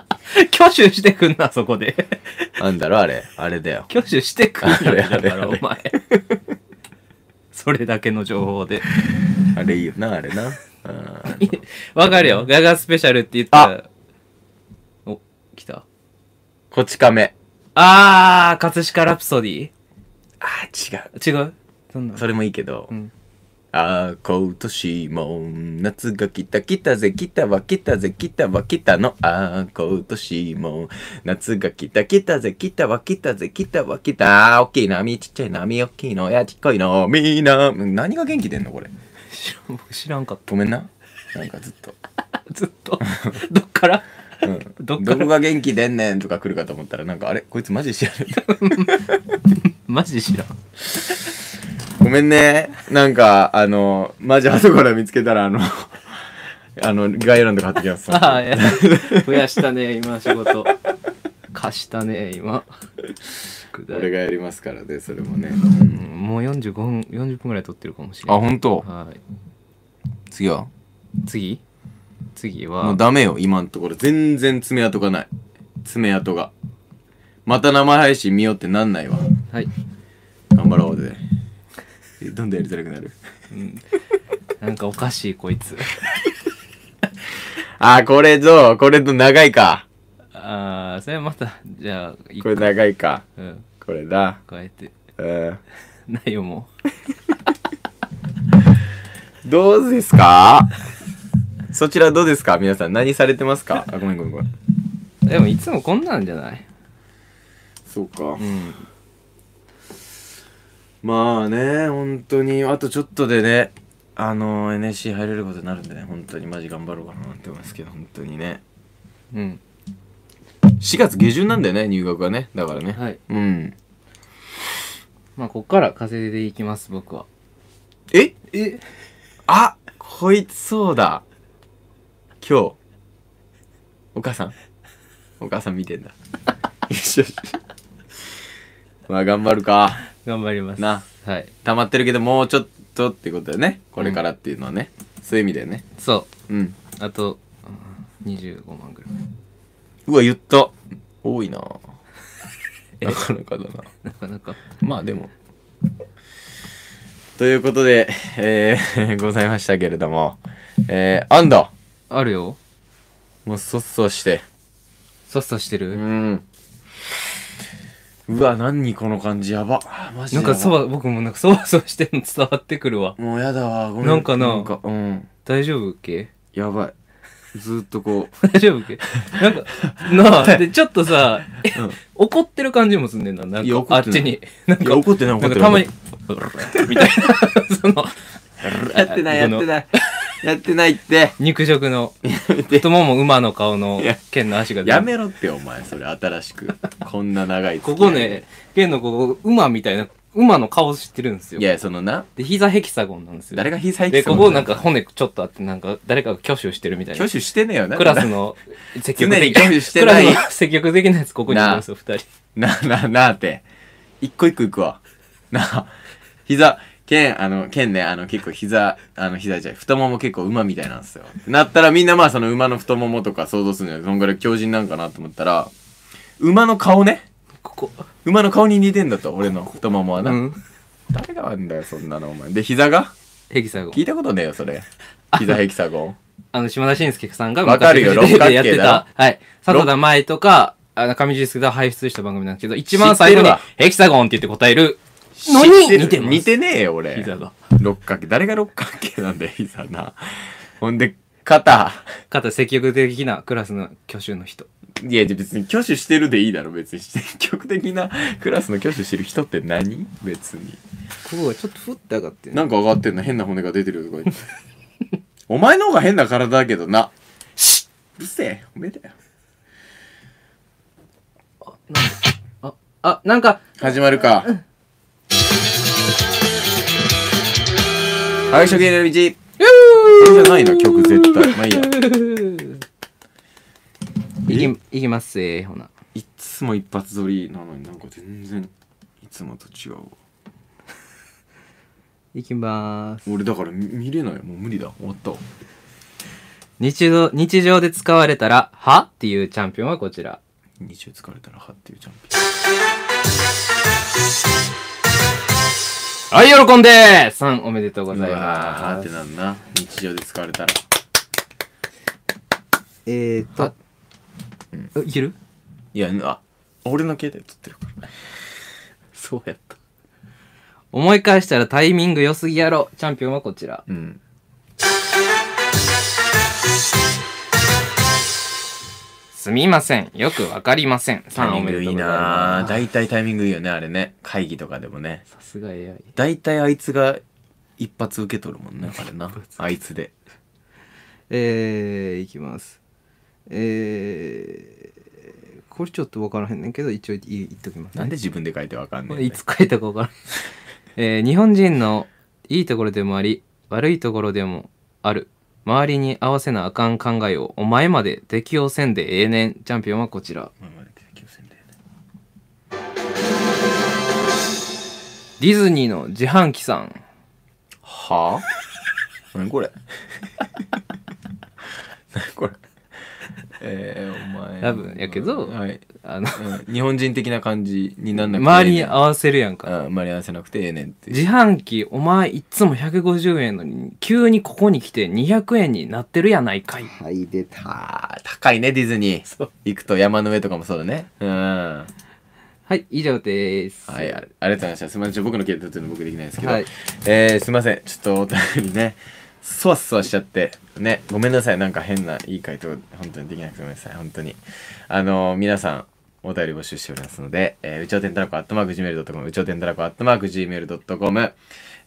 S3: <laughs> 挙手してくんなそこで <laughs>
S2: あんだろ、あれ。あれだよ。
S3: 挙手してくんな
S2: あれあれ
S3: だから
S2: あ
S3: お
S2: れ
S3: 前 <laughs> それだけの情
S2: <laughs>
S3: 報で
S2: あれいいよな、あれな。うん
S3: わかるよガガスペシャルって言ったらお来た
S2: こち亀。
S3: あー、葛飾ラプソディ
S2: あー、違う。
S3: 違うどんな
S2: それもいいけど。
S3: うん
S2: あー、今年も夏が来た、来たぜ、来たわ、来たぜ、来たわ、来たの。あー、今年も夏が来た、来たぜ、来たわ、来たぜ、来たわ、来た。あー、大きい波、ちっちゃい波、大きいの、やちっこいの、みんな。何が元気出んの、これ。
S3: 知らん、僕知らんかっ
S2: ごめんな。なんかずっと。
S3: た。ずっと。 <laughs> どっから
S2: うん
S3: どっから
S2: どこが元気出んねんとか来るかと思ったら、なんかあれこいつマジ知らない。
S3: マジで知らん。
S2: ごめんね。なんか、あの、マジ後から見つけたら、あの、あの、概要欄とか貼ってきます。
S3: <laughs> ああ、いや <laughs> 増やしたね、今仕事。貸したね、今。くだ
S2: 俺
S3: り
S2: がやりますからね、それもね。
S3: うんもう45分、40分ぐらい撮ってるかもしれ
S2: あ、
S3: ない。
S2: 本当。
S3: はい。
S2: 次は
S3: 次次
S2: も
S3: は
S2: うダメよ、今のところ。全然爪痕がない。爪痕が。また生配信見ようってなんないわ。
S3: はい
S2: 頑張ろうぜ。え <laughs> どんどんやりづらくなる。
S3: なんかおかしいこいつ
S2: あー、これぞ、これと長いか。
S3: ああそれまたじゃあい
S2: これ長いか。
S3: うん
S2: これ <laughs> だ。
S3: 変えて
S2: うん。
S3: ないよも
S2: どうですかそちらどうですか皆さん何されてますかあ、ごめんごめんごめん。
S3: うでもいつもこんなんじゃない
S2: そうか
S3: う。ん
S2: まあね、本当に、あとちょっとでね、あの NSC 入れることになるんでね、本当にマジ頑張ろうかなって思いますけど、本当にね。
S3: うん
S2: 4月下旬なんだよね、入学はね。だからね。
S3: はい
S2: うん。
S3: まあこっから稼いでいきます僕は
S2: え
S3: え
S2: あこいつそうだ。今日。お母さん。お母さん見てんだ。よしよし。まあ頑張るか。
S3: 頑張ります
S2: な
S3: はい
S2: 溜まってるけどもうちょっとってことだよねこれからっていうのはね、そういう意味だよね
S3: そ
S2: うん
S3: うあとうん25万ぐらいう <laughs>
S2: わ言った多いななかなかだな
S3: なかなか
S2: まあでもということで、えー <laughs> ございましたけれどもえー、アンダ
S3: あるよ
S2: もうそっそして
S3: さっさして
S2: う
S3: る
S2: んうわ何この感じやばマジ
S3: な
S2: で
S3: んかそ
S2: ば
S3: わ僕もなんかそわそわしてるの <laughs> 伝わってくるわ
S2: もうやだわごめん
S3: なんかな
S2: なんかうん
S3: 大丈夫っけ
S2: やばいずーっとこう
S3: 大丈夫っけなんかな <laughs> あでちょっとさ、 <laughs> 怒ってる感じもすんねんななん
S2: いや
S3: か
S2: 怒
S3: あ
S2: っ
S3: って
S2: な
S3: ち
S2: い
S3: になん
S2: いや
S3: か
S2: 怒ってない怒
S3: な
S2: っ
S3: ん
S2: て
S3: か
S2: ない
S3: たま
S2: <laughs>
S3: にみたいな <laughs> その
S2: やってない、やってない。やってないって。
S3: 肉食の
S2: て
S3: 太もも馬の顔の
S2: いや
S3: 剣の足が出る
S2: やめろって、お前、それ、新し
S3: <laughs>
S2: く。こんな長い付
S3: こ
S2: き合
S3: こ
S2: いで
S3: ね。、剣のここ、馬みたいな、馬の顔してるんですよ。
S2: いや、そのな、
S3: で、膝ヘキサゴンなんですよ。
S2: 誰が膝行
S3: で、ここなんか、骨ちょっとあって、なんか誰かが挙手してるみたいな
S2: 挙。手してねえよな。
S3: クラスの積極
S2: 常に
S3: 的
S2: 挙手してない
S3: クラスの積極的なやつここにいますよ、二人。
S2: な、な、なあって。一個一個行くわ。なあ。膝、剣、あの、剣ね、あの、結構膝、あの、膝じゃない、太もも結構馬みたいなんですよ。なったらみんなまあ、その馬の太ももとか想像するんじゃないそんぐらい強靭なんかなと思ったら、馬の顔ね。
S3: ここ。
S2: 馬の顔に似てんだと、俺の太ももは
S3: う
S2: な。
S3: ん。
S2: 誰があんだよ、そんなの、お前。で、膝が
S3: ヘキサゴン
S2: 聞。いたことねえよ、それ。膝ヘキサゴン。
S3: あの、島田紳介さんが
S2: わかるよ
S3: 昔テレビでや
S2: 六角
S3: っ
S2: 形
S3: て
S2: だろ
S3: た、はい。佐藤田舞とか、あの、上地介が輩出した番組なんですけど、一番
S2: 知って
S3: 最
S2: る
S3: 後に
S2: わ、
S3: ヘキサゴンって言って答えるのに
S2: 知ってる
S3: 似てます
S2: 似てねえよ、俺。
S3: 膝が。
S2: 六角形。誰が六角形なんだよ、 <laughs> 膝な。ほんで、肩。
S3: かつ積極的なクラスの挙手の人。
S2: いや、別に挙手してるでいいだろ、別に。積極的なクラスの挙手してる人って何別に。
S3: ここがちょっとふって上がってる
S2: なんか上がってんの変な骨が出てるよとか言って。 <laughs> お前の方が変な体だけどな。うるせえ、おめえだよ。
S3: あ、あ、なんか、
S2: 始まるか。はい、初見の道。これじゃないな、曲絶対。まあいいや。
S3: いき、いきますえー、ほな。
S2: いつも一発撮りなのになんか全然いつもと違うわ
S3: いきまーす。
S2: 俺だから見見れないもう無理だ終わったわ
S3: 日常、日常で使われたら、はっていうチャンピオンはこちら。
S2: 二週疲れたらはっていうチャン
S3: はい、喜んでー !3 おめでとうご
S2: ピオン
S3: ざいう
S2: わーは
S3: ま
S2: って
S3: す。
S2: なんな日常で使われたら
S3: えーっと、えいける
S2: いやあ俺の携帯撮ってるから
S3: そうやった。思い返したらタイミング良すぎやろ。チャンピオンはこちら。
S2: うん
S3: すみません。よくわかりません。
S2: タイ
S3: 3
S2: ミ
S3: お
S2: ン
S3: め
S2: グ
S3: で
S2: い
S3: とう
S2: い
S3: ございま
S2: な
S3: す。
S2: だいたいタイミングいいよねあれね会議とかでもね
S3: さすが AI。
S2: だいたいあいつが一発受け取るもんねあれなあいつで
S3: えー、いきます。えー、これちょっと分からへんねんけど、一応い言っときます、ね。
S2: なんで自分で書いてわかん
S3: こ
S2: ねえ
S3: れいつ書いたか分からへん。 <laughs> えー、日本人のいいところでもあり、悪いところでもある。周りに合わせなあかん考えをお前まで適用せんでええねん。チャンピオンはこちら。
S2: まあまあ気をつけてね
S3: ディズニーの自販機さん。
S2: はあ何これ <laughs> 何これえー、お前
S3: ラブやけど
S2: はい、
S3: あの
S2: うん日本人的な感じになんなくて
S3: 周りに
S2: ええねん
S3: 合わせるやんか
S2: うん周りに合わせなくてええねんって
S3: 自販機お前いっつも150円のに急にここに来て200円になってるやないかい
S2: はい出た高いねディズニー行くと山の上とかもそうだねうんは
S3: はい以上です
S2: いありありがとうございましたすみませんちょ僕の携帯というの僕できないですけど、
S3: はい
S2: えー、すみませんちょっとお便りねそわそわしちゃってねごめんなさいなんか変ないい回答本当にできなくてごめんなさい本当にあのー皆さんお便り募集しておりますので、えー、うちょうてんたらこ、アットマーク Gmail.com、うちょうてんたらこ、アットマーク Gmail.com、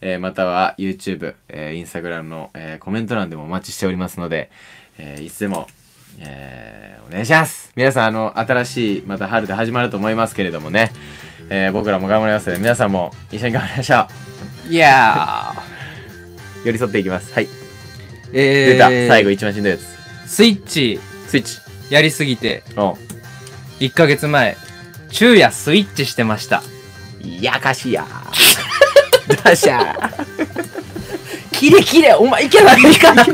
S2: えー、または YouTube、えー、Instagram の、えー、コメント欄でもお待ちしておりますので、えー、いつでも、えー、お願いします皆さん、あの、新しい、また春で始まると思いますけれどもね、えー、僕らも頑張りますので、皆さんも一緒に頑張りましょう
S3: いや
S2: 寄り添っていきます。はい。
S3: ーえー、
S2: <laughs> 出た。最後一番しんどいやつ。
S3: スイッチ
S2: スイッチ。
S3: やりすぎて
S2: う
S3: 1ヶ月前昼夜スイッチしてました
S2: ん。やかしや。ダシャ。キレキレ、お前いけないかな。